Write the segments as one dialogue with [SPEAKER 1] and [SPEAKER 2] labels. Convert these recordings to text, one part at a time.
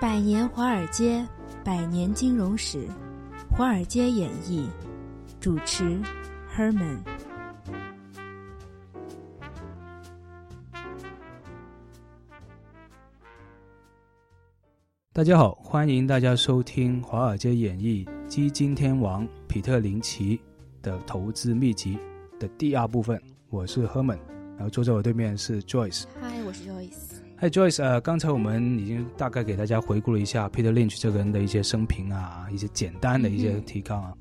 [SPEAKER 1] 百年华尔街，百年金融史，《华尔街演义》，主持 Herman。
[SPEAKER 2] 大家好，欢迎大家收听《华尔街演义》基金天王皮特林奇的投资秘籍的第二部分。我是 Herman，然后坐在我对面是 Joyce。
[SPEAKER 3] 嗨，我是 Joyce。
[SPEAKER 2] 嗨，Joyce，呃，刚才我们已经大概给大家回顾了一下 Peter Lynch 这个人的一些生平啊，一些简单的一
[SPEAKER 3] 嗯
[SPEAKER 2] 些提纲啊。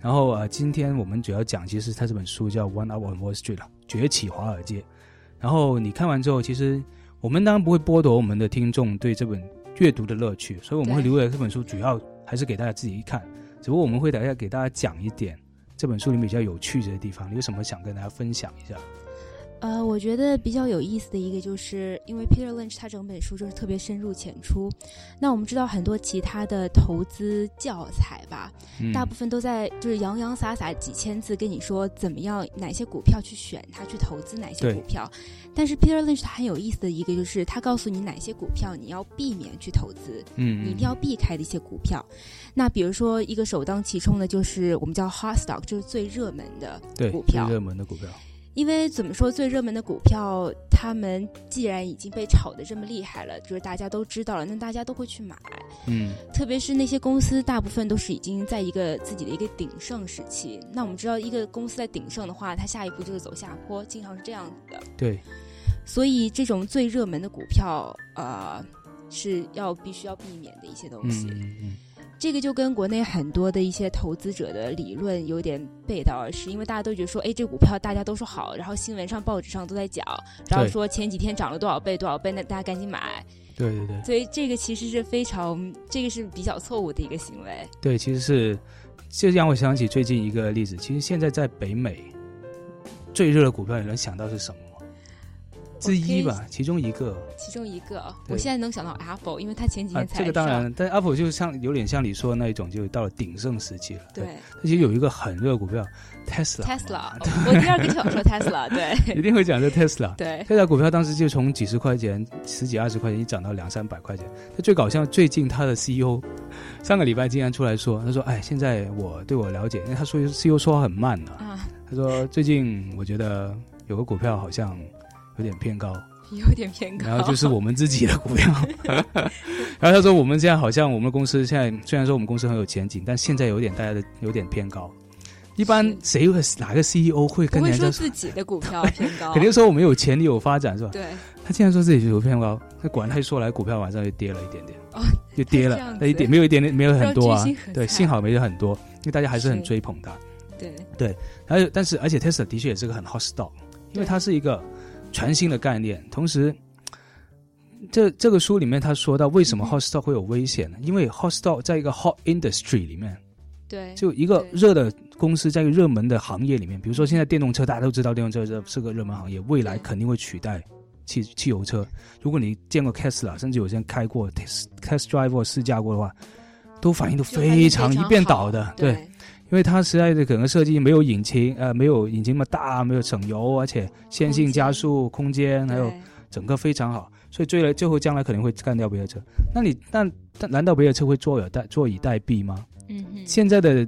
[SPEAKER 2] 然后呃，今天我们主要讲，其实他这本书叫《One Up on Wall Street》了，崛起华尔街。然后你看完之后，其实我们当然不会剥夺我们的听众对这本阅读的乐趣，所以我们会
[SPEAKER 3] 对
[SPEAKER 2] 留给这本书主要还是给大家自己看，只不过我们会大家给大家讲一点这本书里面比较有趣的地方，你有什么想跟大家分享一下？
[SPEAKER 3] 呃，我觉得比较有意思的一个，就是因为 Peter Lynch 他整本书就是特别深入浅出。那我们知道很多其他的投资教材吧，
[SPEAKER 2] 嗯
[SPEAKER 3] 大部分都在就是洋洋洒洒几千字跟你说怎么样哪些股票去选它去投资哪些
[SPEAKER 2] 对
[SPEAKER 3] 股票，但是 Peter Lynch 他很有意思的一个就是他告诉你哪些股票你要避免去投资，
[SPEAKER 2] 嗯，
[SPEAKER 3] 你一定要避开的一些股票。那比如说一个首当其冲的就是我们叫 hot stock，就是最热门的
[SPEAKER 2] 对
[SPEAKER 3] 股
[SPEAKER 2] 最
[SPEAKER 3] 票
[SPEAKER 2] 热门的股票，
[SPEAKER 3] 因为怎么说，最热门的股票，他们既然已经被炒得这么厉害了，就是大家都知道了，那大家都会去买。
[SPEAKER 2] 嗯
[SPEAKER 3] 特别是那些公司，大部分都是已经在一个自己的一个鼎盛时期。那我们知道，一个公司在鼎盛的话，它下一步就是走下坡，经常是这样子的。
[SPEAKER 2] 对。
[SPEAKER 3] 所以，这种最热门的股票，呃，是要必须要避免的一些东西。
[SPEAKER 2] 嗯嗯
[SPEAKER 3] 这个就跟国内很多的一些投资者的理论有点背道而驰，因为大家都觉得说，哎，这股票大家都说好，然后新闻上、报纸上都在讲，然后
[SPEAKER 2] 对
[SPEAKER 3] 说前几天涨了多少倍、多少倍，那大家赶紧买。
[SPEAKER 2] 嗯，对对对
[SPEAKER 3] 所以这个其实是非常，这个是比较错误的一个行为。
[SPEAKER 2] 对，其实是这让我想起最近一个例子。其实现在在北美最热的股票，你能想到是什么吗？之一吧，其中一个。
[SPEAKER 3] 其中一个，
[SPEAKER 2] 对
[SPEAKER 3] 我现在能想到 Apple，因为它前几
[SPEAKER 2] 啊
[SPEAKER 3] 天，才、
[SPEAKER 2] 这个当然，，但 Apple 就像有点像你说的那一种，就到了鼎盛时期了。
[SPEAKER 3] 对
[SPEAKER 2] 但其实有一个很热的股票，Tesla 嘛。
[SPEAKER 3] Tesla，我第二个就想说 Tesla，对
[SPEAKER 2] 一定会讲这 Tesla。
[SPEAKER 3] 对，
[SPEAKER 2] Tesla 股票当时就从几十块钱、十几二十块钱，一涨到两三百块钱。他最搞笑，最近他的 CEO 上个礼拜竟然出来说，他说：“哎，现在我对我了解，因为他说 CEO 说话很慢的、
[SPEAKER 3] 啊，
[SPEAKER 2] 他说最近我觉得有个股票好像有点偏高，
[SPEAKER 3] 有点偏高，
[SPEAKER 2] 然后就是我们自己的股票。 然后他说我们现在好像我们公司现在虽然说我们公司很有前景，但现在有点大家的有点偏高。一般谁会哪个 CEO 会
[SPEAKER 3] 不
[SPEAKER 2] 跟
[SPEAKER 3] 会
[SPEAKER 2] 人
[SPEAKER 3] 说
[SPEAKER 2] 家说？
[SPEAKER 3] 自己的股票偏高，
[SPEAKER 2] 肯定说我们有潜力有发展是吧？
[SPEAKER 3] 对。
[SPEAKER 2] 他竟然说自己股票偏高，那果然他一说来股票晚上就跌了一点点，
[SPEAKER 3] 哦
[SPEAKER 2] 就跌
[SPEAKER 3] 这样
[SPEAKER 2] 了，
[SPEAKER 3] 子
[SPEAKER 2] 那一点没有一点点没有很多啊
[SPEAKER 3] 让居心，何
[SPEAKER 2] 对，
[SPEAKER 3] 在
[SPEAKER 2] 幸好没有很多，因为大家还是很
[SPEAKER 3] 是
[SPEAKER 2] 追捧他。
[SPEAKER 3] 对，
[SPEAKER 2] 还有，但是而且 Tesla 的确也是个很 hot stock，因为它是一个全新的概念。同时，这这个书里面他说到为什么
[SPEAKER 3] 嗯
[SPEAKER 2] hot stock 会有危险呢？因为 hot stock 在一个 hot industry 里面，
[SPEAKER 3] 对，
[SPEAKER 2] 就一个
[SPEAKER 3] 对
[SPEAKER 2] 热的公司在一个热门的行业里面，比如说现在电动车，大家都知道电动车是是个热门行业，未来
[SPEAKER 3] 对
[SPEAKER 2] 肯定会取代汽
[SPEAKER 3] 嗯
[SPEAKER 2] 汽油车。如果你见过 Tesla，甚至有些人开过 test test drive 或试驾过的话，都反应都
[SPEAKER 3] 就反应
[SPEAKER 2] 非常
[SPEAKER 3] 非
[SPEAKER 2] 一
[SPEAKER 3] 常
[SPEAKER 2] 遍
[SPEAKER 3] 好
[SPEAKER 2] 倒的，对。
[SPEAKER 3] 对
[SPEAKER 2] 因为它实在的整个设计没有引擎，呃，没有引擎那么大，没有省油，而且线性加速、空间，还有
[SPEAKER 3] 对
[SPEAKER 2] 整个非常好，所以最来最后将来可能会干掉别的车。那你但但难道别的车会坐有待坐以待毙吗？
[SPEAKER 3] 嗯哼，
[SPEAKER 2] 现在的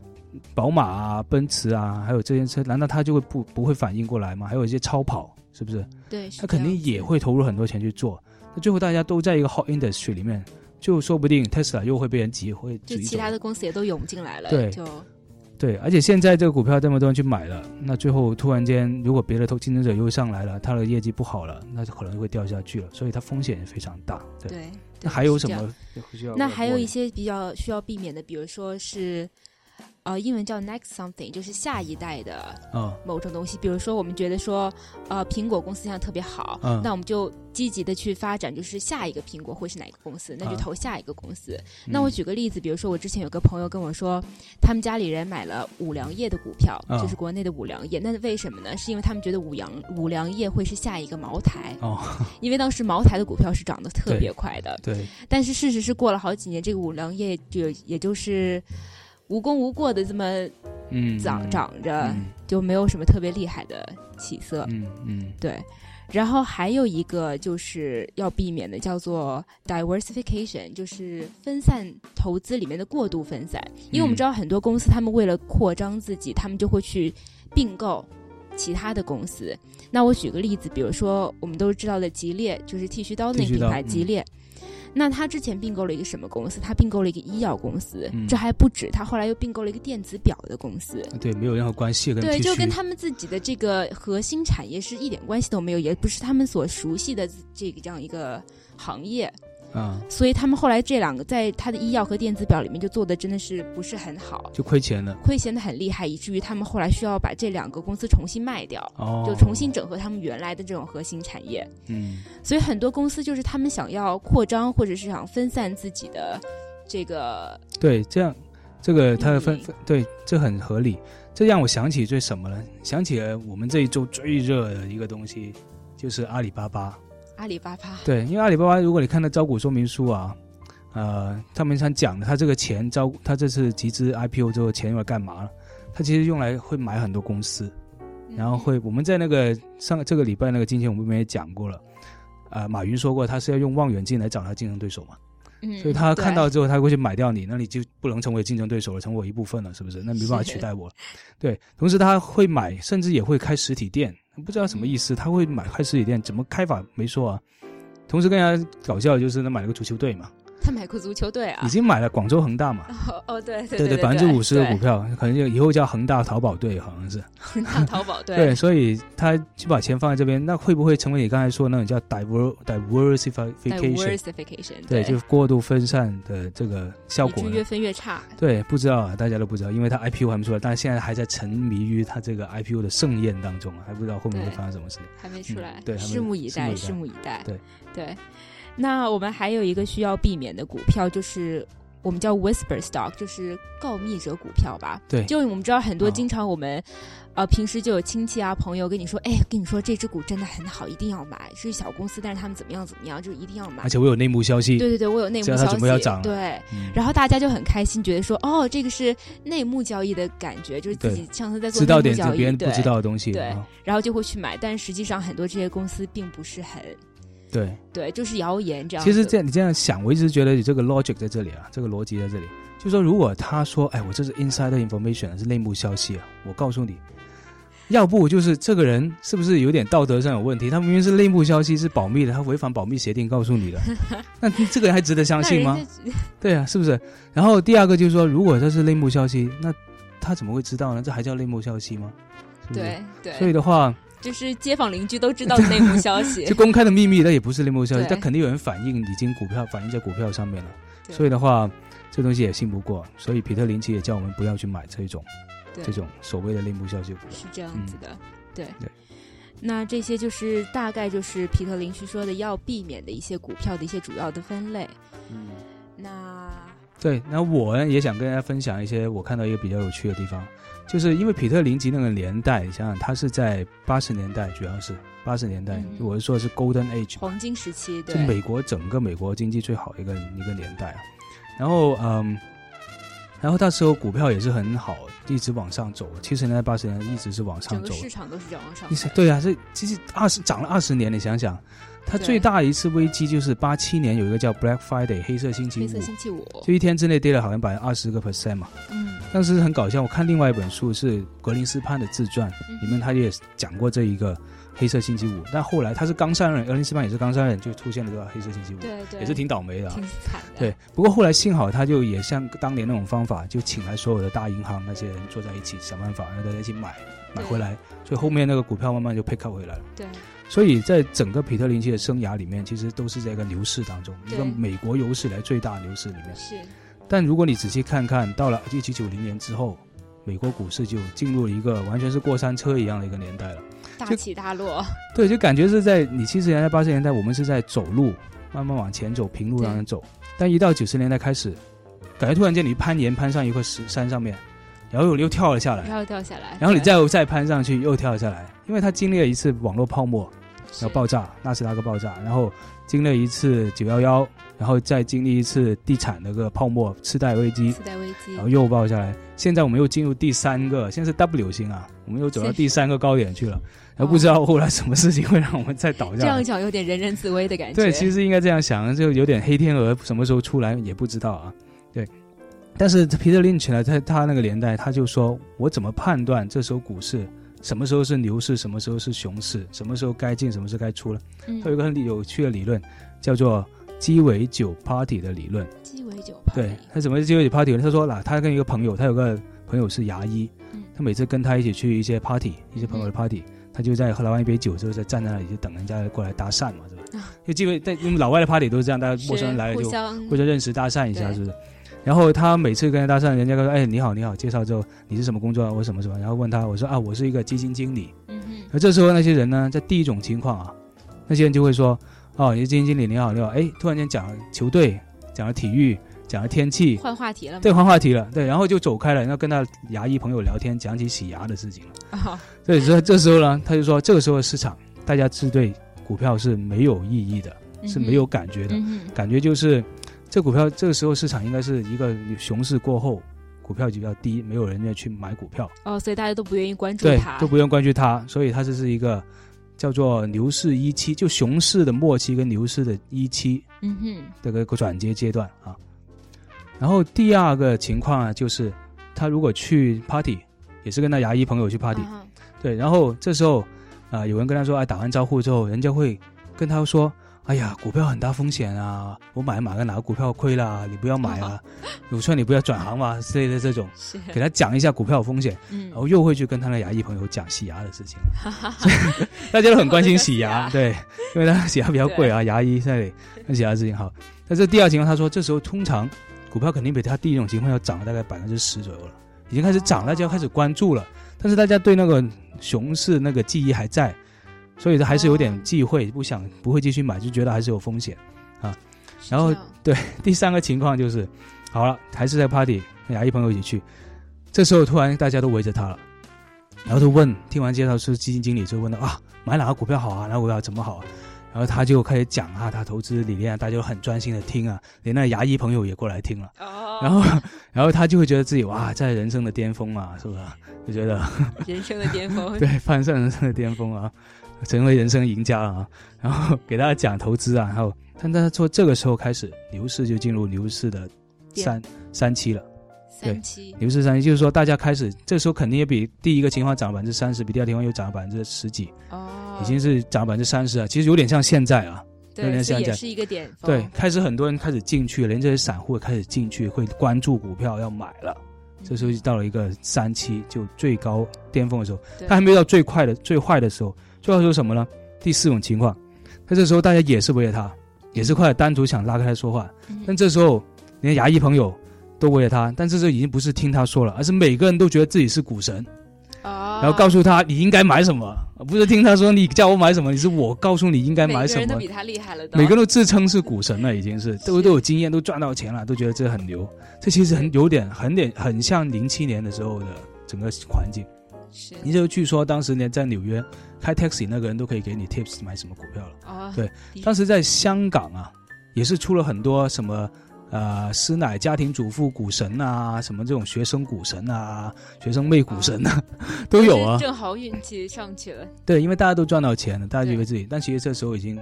[SPEAKER 2] 宝马啊、奔驰啊，还有这些车，难道它就会不不会反应过来吗？还有一些超跑，是不是？
[SPEAKER 3] 对，
[SPEAKER 2] 它肯定也会投入很多钱去做。那最后大家都在一个 hot industry 里面，就说不定 Tesla 又会被人挤，会
[SPEAKER 3] 就
[SPEAKER 2] 挤
[SPEAKER 3] 其
[SPEAKER 2] 走
[SPEAKER 3] 他的公司也都涌进来了，
[SPEAKER 2] 对
[SPEAKER 3] 就
[SPEAKER 2] 对，而且现在这个股票这么多人去买了，那最后突然间，如果别的投竞争者又上来了，它的业绩不好了，那就可能会掉下去了，所以它风险也非常大。对，
[SPEAKER 3] 对。
[SPEAKER 2] 那
[SPEAKER 3] 对
[SPEAKER 2] 还有
[SPEAKER 3] 是这
[SPEAKER 2] 什
[SPEAKER 3] 样
[SPEAKER 2] 么需要？
[SPEAKER 3] 那还有一，些比较需要避免的，比如说是，呃，英文叫 next something，就是下一代的
[SPEAKER 2] 嗯
[SPEAKER 3] 某种东西。比如说，我们觉得说，呃，苹果公司现在特别好，
[SPEAKER 2] 嗯
[SPEAKER 3] 那我们就积极的去发展，就是下一个苹果会是哪个公司，那
[SPEAKER 2] 啊
[SPEAKER 3] 就投下一个公司。那我
[SPEAKER 2] 嗯
[SPEAKER 3] 举个例子，比如说我之前有个朋友跟我说，他们家里人买了五粮液的股票，
[SPEAKER 2] 啊
[SPEAKER 3] 就是国内的五粮液。那为什么呢？是因为他们觉得五粮五粮液会是下一个茅台，
[SPEAKER 2] 哦，
[SPEAKER 3] 因为当时茅台的股票是涨得特别快的。
[SPEAKER 2] 对，
[SPEAKER 3] 但是事实是，过了好几年，这个五粮液就也就是无功无过的这么
[SPEAKER 2] 嗯，
[SPEAKER 3] 长
[SPEAKER 2] 嗯
[SPEAKER 3] 长着
[SPEAKER 2] 嗯
[SPEAKER 3] 就没有什么特别厉害的起色，
[SPEAKER 2] 嗯嗯
[SPEAKER 3] 对。然后还有一个就是要避免的，叫做 diversification，就是分散投资里面的过度分散。因为我们
[SPEAKER 2] 嗯
[SPEAKER 3] 知道很多公司，他们为了扩张自己，他们就会去并购其他的公司。那我举个例子，比如说我们都知道的吉列，就是剃须刀那
[SPEAKER 2] 剃
[SPEAKER 3] 个
[SPEAKER 2] 须
[SPEAKER 3] 品
[SPEAKER 2] 刀
[SPEAKER 3] 牌
[SPEAKER 2] 嗯
[SPEAKER 3] 吉列。那他之前并购了一个什么公司？他并购了一个医药公司，
[SPEAKER 2] 嗯
[SPEAKER 3] 这还不止，他后来又并购了一个电子表的公司。
[SPEAKER 2] 对，没有任何关系跟
[SPEAKER 3] 对，
[SPEAKER 2] 剃
[SPEAKER 3] 就跟
[SPEAKER 2] 须
[SPEAKER 3] 他们自己的这个核心产业是一点关系都没有，也不是他们所熟悉的这个这样一个行业，
[SPEAKER 2] 啊
[SPEAKER 3] 所以他们后来这两个在他的医药和电子表里面就做的真的是不是很好，
[SPEAKER 2] 就亏钱了
[SPEAKER 3] 亏钱的很厉害，以至于他们后来需要把这两个公司重新卖掉，
[SPEAKER 2] 哦，
[SPEAKER 3] 就重新整合他们原来的这种核心产业。
[SPEAKER 2] 嗯
[SPEAKER 3] 所以很多公司就是他们想要扩张，或者是想分散自己的这个
[SPEAKER 2] 对，这样这个它的分
[SPEAKER 3] 嗯
[SPEAKER 2] 分对这很合理，这让我想起最什么了？想起了我们这一周最热的一个东西，就是阿里巴巴。
[SPEAKER 3] 阿里巴巴。
[SPEAKER 2] 对，因为阿里巴巴，如果你看到招股说明书啊，呃，他们常讲的，他这个钱招，他这次集资 IPO 之后钱用来干嘛了？他其实用来会买很多公司，
[SPEAKER 3] 嗯
[SPEAKER 2] 然后会我们在那个上这个礼拜那个金钱我们也讲过了，呃，马云说过他是要用望远镜来找他竞争对手嘛，
[SPEAKER 3] 嗯，
[SPEAKER 2] 所以他
[SPEAKER 3] 对
[SPEAKER 2] 看到之后他会去买掉你，那你就不能成为竞争对手了，成为我一部分了，是不是？那没办法
[SPEAKER 3] 是
[SPEAKER 2] 取代我了。对，同时他会买，甚至也会开实体店，不知道什么意思，他会买开实体店，怎么开法没说啊。同时更加搞笑的就是他买了个足球队嘛，
[SPEAKER 3] 他买过足球队啊
[SPEAKER 2] 已，经买了广州恒大嘛，
[SPEAKER 3] 哦 哦对对
[SPEAKER 2] 对
[SPEAKER 3] 对，
[SPEAKER 2] 百分之五十的
[SPEAKER 3] 对
[SPEAKER 2] 股票，可能就以后叫恒大淘宝队，好像是。
[SPEAKER 3] 大淘 宝对
[SPEAKER 2] 对，所以他就把钱放在这边，那会不会成为你刚才说的那种叫 diver diversification？
[SPEAKER 3] diversification
[SPEAKER 2] 对，就过度分散的这个效
[SPEAKER 3] 以
[SPEAKER 2] 果
[SPEAKER 3] 致
[SPEAKER 2] 呢
[SPEAKER 3] 越分越差。
[SPEAKER 2] 对，不知道啊，大家都不知道，因为他 IPO 还没出来，但是现在还在沉迷于他这个 IPO 的盛宴当中，啊还不知道后面会
[SPEAKER 3] 对
[SPEAKER 2] 发生什么事情。
[SPEAKER 3] 还没出来，
[SPEAKER 2] 嗯对还没
[SPEAKER 3] 拭目以待，
[SPEAKER 2] 拭
[SPEAKER 3] 拭
[SPEAKER 2] 目
[SPEAKER 3] 目以待。
[SPEAKER 2] 对
[SPEAKER 3] 对那我们还有一个需要避免的股票就是。我们叫 whisper stock，就是告密者股票吧。
[SPEAKER 2] 对
[SPEAKER 3] 就我们知道很多，
[SPEAKER 2] 啊
[SPEAKER 3] 经常我们，呃，平时就有亲戚啊、朋友跟你说，哎，跟你说这只股真的很好，一定要买。是小公司，但是他们怎么样怎么样，就是一定要买
[SPEAKER 2] 而。且我有内幕消息，
[SPEAKER 3] 对对对，我有内幕
[SPEAKER 2] 知道
[SPEAKER 3] 消
[SPEAKER 2] 它
[SPEAKER 3] 息。
[SPEAKER 2] 准备要涨了
[SPEAKER 3] 对，
[SPEAKER 2] 嗯
[SPEAKER 3] 然后大家就很开心，觉得说，哦，这个是内幕交易的感觉，就是自己像是在做
[SPEAKER 2] 知道
[SPEAKER 3] 内
[SPEAKER 2] 点
[SPEAKER 3] 幕
[SPEAKER 2] 子
[SPEAKER 3] 交易，
[SPEAKER 2] 别人不
[SPEAKER 3] 对
[SPEAKER 2] 知道的东西，
[SPEAKER 3] 对
[SPEAKER 2] 然后
[SPEAKER 3] 然后就会去买，但实际上很多这些公司并不是很
[SPEAKER 2] 对。
[SPEAKER 3] 对，就是谣言这样
[SPEAKER 2] 其
[SPEAKER 3] 子。
[SPEAKER 2] 实这样你这样想，我一直觉得你这个 logic 在这里啊，这个逻辑在这里，就说如果他说，哎，我这是 insider information，是内幕消息啊，我告诉你。要不就是这个人是不是有点道德上有问题？他明明是内幕消息，是保密的，他违反保密协定告诉你 的，那这个人还值得相信吗
[SPEAKER 3] 那？人家
[SPEAKER 2] 对啊，是不是？然后第二个就是说，如果这是内幕消息，那他怎么会知道呢？这还叫内幕消息吗？是不是。
[SPEAKER 3] 对
[SPEAKER 2] 所
[SPEAKER 3] 对，
[SPEAKER 2] 以的话，
[SPEAKER 3] 就是街坊邻居都知道的内幕消息
[SPEAKER 2] 就。公开的秘密，那也不是内幕消息，
[SPEAKER 3] 对
[SPEAKER 2] 但肯定有人反映，已经股票反映在股票上面了。
[SPEAKER 3] 对
[SPEAKER 2] 所以的话，这东西也信不过。所以皮特林奇也叫我们不要去买这种
[SPEAKER 3] 对
[SPEAKER 2] 这种所谓的内幕消息股票。
[SPEAKER 3] 是这样子的，对。
[SPEAKER 2] 对
[SPEAKER 3] 那这些就是大概就是皮特林区说的要避免的一些股票的一些主要的分类。
[SPEAKER 2] 嗯，
[SPEAKER 3] 那
[SPEAKER 2] 对。那我呢也想跟大家分享一些我看到一个比较有趣的地方，就是因为皮特林奇那个年代，想想他是在八十年代，主要是八十年代，
[SPEAKER 3] 嗯
[SPEAKER 2] 我是说是 Golden Age
[SPEAKER 3] 黄金时期，对
[SPEAKER 2] 是，美国整个美国经济最好的一个一个年代啊。然后嗯，然后那时候股票也是很好，一直往上走，七十年代八十年代一直是往上
[SPEAKER 3] 整个
[SPEAKER 2] 走的。
[SPEAKER 3] 市场都是这样往上
[SPEAKER 2] 你
[SPEAKER 3] 的。
[SPEAKER 2] 想对啊，这其实二十涨了二十年，你想想，它
[SPEAKER 3] 对
[SPEAKER 2] 最大一次危机就是八七年有一个叫 Black Friday 黑色星期
[SPEAKER 3] 黑
[SPEAKER 2] 五
[SPEAKER 3] 色，星期五，
[SPEAKER 2] 就一天之内跌了好像百分之二十个 percent 嘛。
[SPEAKER 3] 嗯，
[SPEAKER 2] 当时很搞笑，我看另外一本书是格林斯潘的自传，
[SPEAKER 3] 嗯
[SPEAKER 2] 里面他也讲过这一个黑色星期五。但后来他是刚上任，格林斯潘也是刚上任，就出现了这个黑色星期五。
[SPEAKER 3] 对对，
[SPEAKER 2] 也是挺倒霉的、啊
[SPEAKER 3] 挺。惨的。
[SPEAKER 2] 对，不过后来幸好他就也像当年那种方法，就请来所有的大银行那些人坐在一起想办法，让大家一起买买回来，所以后面那个股票慢慢就 pick up 回来了。
[SPEAKER 3] 对
[SPEAKER 2] 所以在整个皮特林奇的生涯里面，其实都是在一个牛市当中，一
[SPEAKER 3] 对
[SPEAKER 2] 个美国有史以来最大的牛市里面。
[SPEAKER 3] 是，
[SPEAKER 2] 但如果你仔细看看，到了一九九零年之后，美国股市就进入了一个完全是过山车一样的一个年代了。
[SPEAKER 3] 大
[SPEAKER 2] 就
[SPEAKER 3] 起大落，
[SPEAKER 2] 对，就感觉是在你七十年代、八十年代，我们是在走路，慢慢往前走，平路上走。但一到九十年代开始，感觉突然间你攀岩攀上一块石山上面，然后又又跳了下来
[SPEAKER 3] 然，后掉下来，
[SPEAKER 2] 然后你
[SPEAKER 3] 对
[SPEAKER 2] 再再攀上去，又跳了下来。因为他经历了一次网络泡沫，
[SPEAKER 3] 是
[SPEAKER 2] 然后爆炸，纳斯达克爆炸，然后经历了一次九幺幺，然后再经历一次地产那个泡沫、次贷危机，
[SPEAKER 3] 次贷危机
[SPEAKER 2] 然，后又爆下来。现在我们又进入第三个，现在是 W 型啊，我们又走到第三个高点去了。然后不知道后来什么事情会让我们再倒
[SPEAKER 3] 哦这
[SPEAKER 2] 下
[SPEAKER 3] 样
[SPEAKER 2] 来。
[SPEAKER 3] 讲有点人人自危的感觉。
[SPEAKER 2] 对，其实应该这样想，就有点黑天鹅什么时候出来也不知道啊。对，但是皮特林奇呢，在他那个年代，他就说我怎么判断这时候股市什么时候是牛市，什么时候是熊市，什么时候该进，什么时候该出了。
[SPEAKER 3] 嗯
[SPEAKER 2] 他有一个很有趣的理论，叫做鸡尾酒 party 的理论。
[SPEAKER 3] 鸡尾酒吧
[SPEAKER 2] 对他怎么鸡尾酒 party？呢他说啦，他跟一个朋友，他有个朋友是牙医，
[SPEAKER 3] 嗯
[SPEAKER 2] 他每次跟他一起去一些 party，一些朋友的 party，、他就在喝完一杯酒之后，在站在那里就等人家过来搭讪嘛，是吧？
[SPEAKER 3] 啊
[SPEAKER 2] 就因为在因为老外的 party 都是这样，大家
[SPEAKER 3] 是
[SPEAKER 2] 陌生人来了
[SPEAKER 3] 互
[SPEAKER 2] 就
[SPEAKER 3] 相
[SPEAKER 2] 或者认识搭讪一下，
[SPEAKER 3] 对
[SPEAKER 2] 是不是？然后他每次跟人搭讪，人家说：“哎，你好，你好。”介绍之后，你是什么工作啊？我什么什么。然后问他，我说：“啊，我是一个基金经理。”
[SPEAKER 3] 嗯
[SPEAKER 2] 那这时候那些人呢，在第一种情况啊，那些人就会说：“哦，你是基金经理，你好，你好。”哎，突然间讲了球队，讲了体育，讲了天气
[SPEAKER 3] 哼，，换话题了嘛？
[SPEAKER 2] 对，换话题了，对，然后就走开了，然后跟他牙医朋友聊天，讲起洗牙的事情了。
[SPEAKER 3] 啊，
[SPEAKER 2] 所以说这时候呢，他就说，这个时候的市场，大家是对股票是没有意义的，是没有感觉的，
[SPEAKER 3] 嗯嗯哼
[SPEAKER 2] 感觉就是这股票这个时候市场应该是一个熊市过后，股票就比较低，没有人愿意去买股票。
[SPEAKER 3] 哦，所以大家都不愿意关注
[SPEAKER 2] 对
[SPEAKER 3] 他，
[SPEAKER 2] 都不用关注它，所以它这是一个叫做牛市一期，就熊市的末期跟牛市的一期
[SPEAKER 3] 嗯哼，
[SPEAKER 2] 这个转接阶段啊。然后第二个情况啊，就是他如果去 party，也是跟他牙医朋友去 party，、
[SPEAKER 3] 啊
[SPEAKER 2] 对，然后这时候啊、有人跟他说，哎，打完招呼之后，人家会跟他说。哎呀，股票很大风险啊！我买哪个哪个股票亏啦，你不要 买啊！我劝你不要转行嘛之类的这种，
[SPEAKER 3] 是，
[SPEAKER 2] 给他讲一下股票风险，
[SPEAKER 3] 嗯
[SPEAKER 2] 然，后又会去跟他的牙医朋友讲洗牙的事情，所以 大家都很关心洗牙，对，因为他洗牙比较贵啊，牙医在那里那洗牙的事情好。但是第二情况，他说这时候通常股票肯定比他第一种情况要涨大概百分之十左右了，已经开始涨了，
[SPEAKER 3] 哦
[SPEAKER 2] 大家开始关注了，但是大家对那个熊市那个记忆还在，所以还是有点
[SPEAKER 3] 哦
[SPEAKER 2] 忌讳，不想不会继续买，就觉得还是有风险。
[SPEAKER 3] 是
[SPEAKER 2] 然后
[SPEAKER 3] 这样
[SPEAKER 2] 第三个情况就是，好了，还是在 party，跟牙医朋友一起去，这时候突然大家都围着他了，然后就问，听完介绍是基金经理，就问他啊，买哪个股票好啊，哪个股票怎么好啊？然后他就开始讲啊，他投资理念啊，大家就很专心的听啊，连那牙医朋友也过来听了，
[SPEAKER 3] 哦，
[SPEAKER 2] 然后，然后他就会觉得自己哇，在人生的巅峰啊，是不是？就觉得
[SPEAKER 3] 人生的巅峰，
[SPEAKER 2] 对，攀上人生的巅峰啊，成为人生赢家了啊。然后给大家讲投资啊，然后但他说这个时候开始，牛市就进入牛市的三三期了。
[SPEAKER 3] 三期，
[SPEAKER 2] 牛市三期就是说，大家开始这时候肯定也比第一个情况涨了百分之三十，比第二情况又涨了百分之十几，
[SPEAKER 3] 哦，
[SPEAKER 2] 已经是涨了百分之三十啊。其实有点像现在啊，有
[SPEAKER 3] 对，
[SPEAKER 2] 点
[SPEAKER 3] 所
[SPEAKER 2] 像
[SPEAKER 3] 以
[SPEAKER 2] 这
[SPEAKER 3] 也
[SPEAKER 2] 样
[SPEAKER 3] 是一个点峰，
[SPEAKER 2] 对，开始很多人开始进去了，连这些散户也开始进去，会关注股票要买了。
[SPEAKER 3] 嗯，
[SPEAKER 2] 这时候就到了一个三期，就最高巅峰的时候，
[SPEAKER 3] 对
[SPEAKER 2] 它还没有到最快的最坏的时候。最坏的时候什么呢？第四种情况，那这时候大家也是围着他，也是快单独想拉开他说话，
[SPEAKER 3] 嗯
[SPEAKER 2] 但这时候连牙医朋友都围着他，但这时候已经不是听他说了，而是每个人都觉得自己是股神，
[SPEAKER 3] 哦，
[SPEAKER 2] 然后告诉他你应该买什么，不是听他说你叫我买什么，你是我告诉你应该
[SPEAKER 3] 每
[SPEAKER 2] 买
[SPEAKER 3] 个
[SPEAKER 2] 什
[SPEAKER 3] 人
[SPEAKER 2] 么
[SPEAKER 3] 都。比他厉害了，
[SPEAKER 2] 每个人都自称是股神了，已经是都都有经验，都赚到钱了，都觉得这很牛。这其实很有点很点很像零七年的时候的整个环境。
[SPEAKER 3] 都是
[SPEAKER 2] 你就据说当时连在纽约开 taxi 那个人都可以给你 tips 买什么股票了。
[SPEAKER 3] 哦，
[SPEAKER 2] 对
[SPEAKER 3] 的，
[SPEAKER 2] 当时在香港啊，也是出了很多什么呃师奶家庭主妇股神啊，什么这种学生股神啊、学生妹股神啊，都有啊
[SPEAKER 3] 就是。正好运气上去了，
[SPEAKER 2] 对，因为大家都赚到钱了，大家
[SPEAKER 3] 对
[SPEAKER 2] 以为自己，但其实这时候已经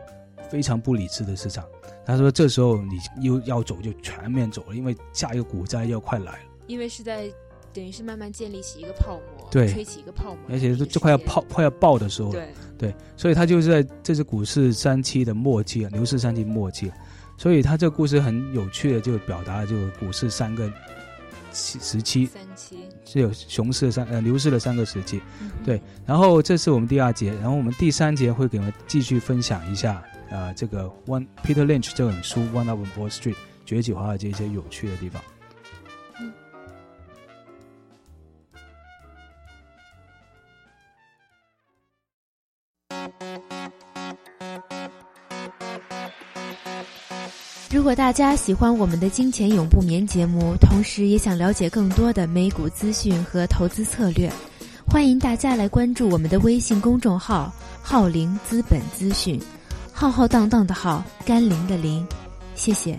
[SPEAKER 2] 非常不理智的市场。他说这时候你又要走就全面走了，因为下一个股灾要快来了，
[SPEAKER 3] 因为是在等于是慢慢建立起一个泡沫，
[SPEAKER 2] 对
[SPEAKER 3] 吹起一个泡沫，
[SPEAKER 2] 而且都就快要泡，快要爆的时候了。
[SPEAKER 3] 对，
[SPEAKER 2] 对，所以他就是在这是股市三期的末期啊，牛市三期末期啊，所以他这个故事很有趣的，就表达了这个股市三个期时期，
[SPEAKER 3] 三期，
[SPEAKER 2] 是有熊市的三呃牛市的三个时期。
[SPEAKER 3] 嗯哼
[SPEAKER 2] 对，然后这是我们第二节，然后我们第三节会给我们继续分享一下呃这个 One Peter Lynch 这本书《One Up on Wall Street》崛起华尔街一些有趣的地方。
[SPEAKER 1] 如果大家喜欢我们的《金钱永不眠》节目，同时也想了解更多的美股资讯和投资策略，欢迎大家来关注我们的微信公众号“浩林资本资讯”，浩浩荡荡的浩，甘霖的霖。
[SPEAKER 3] 谢谢。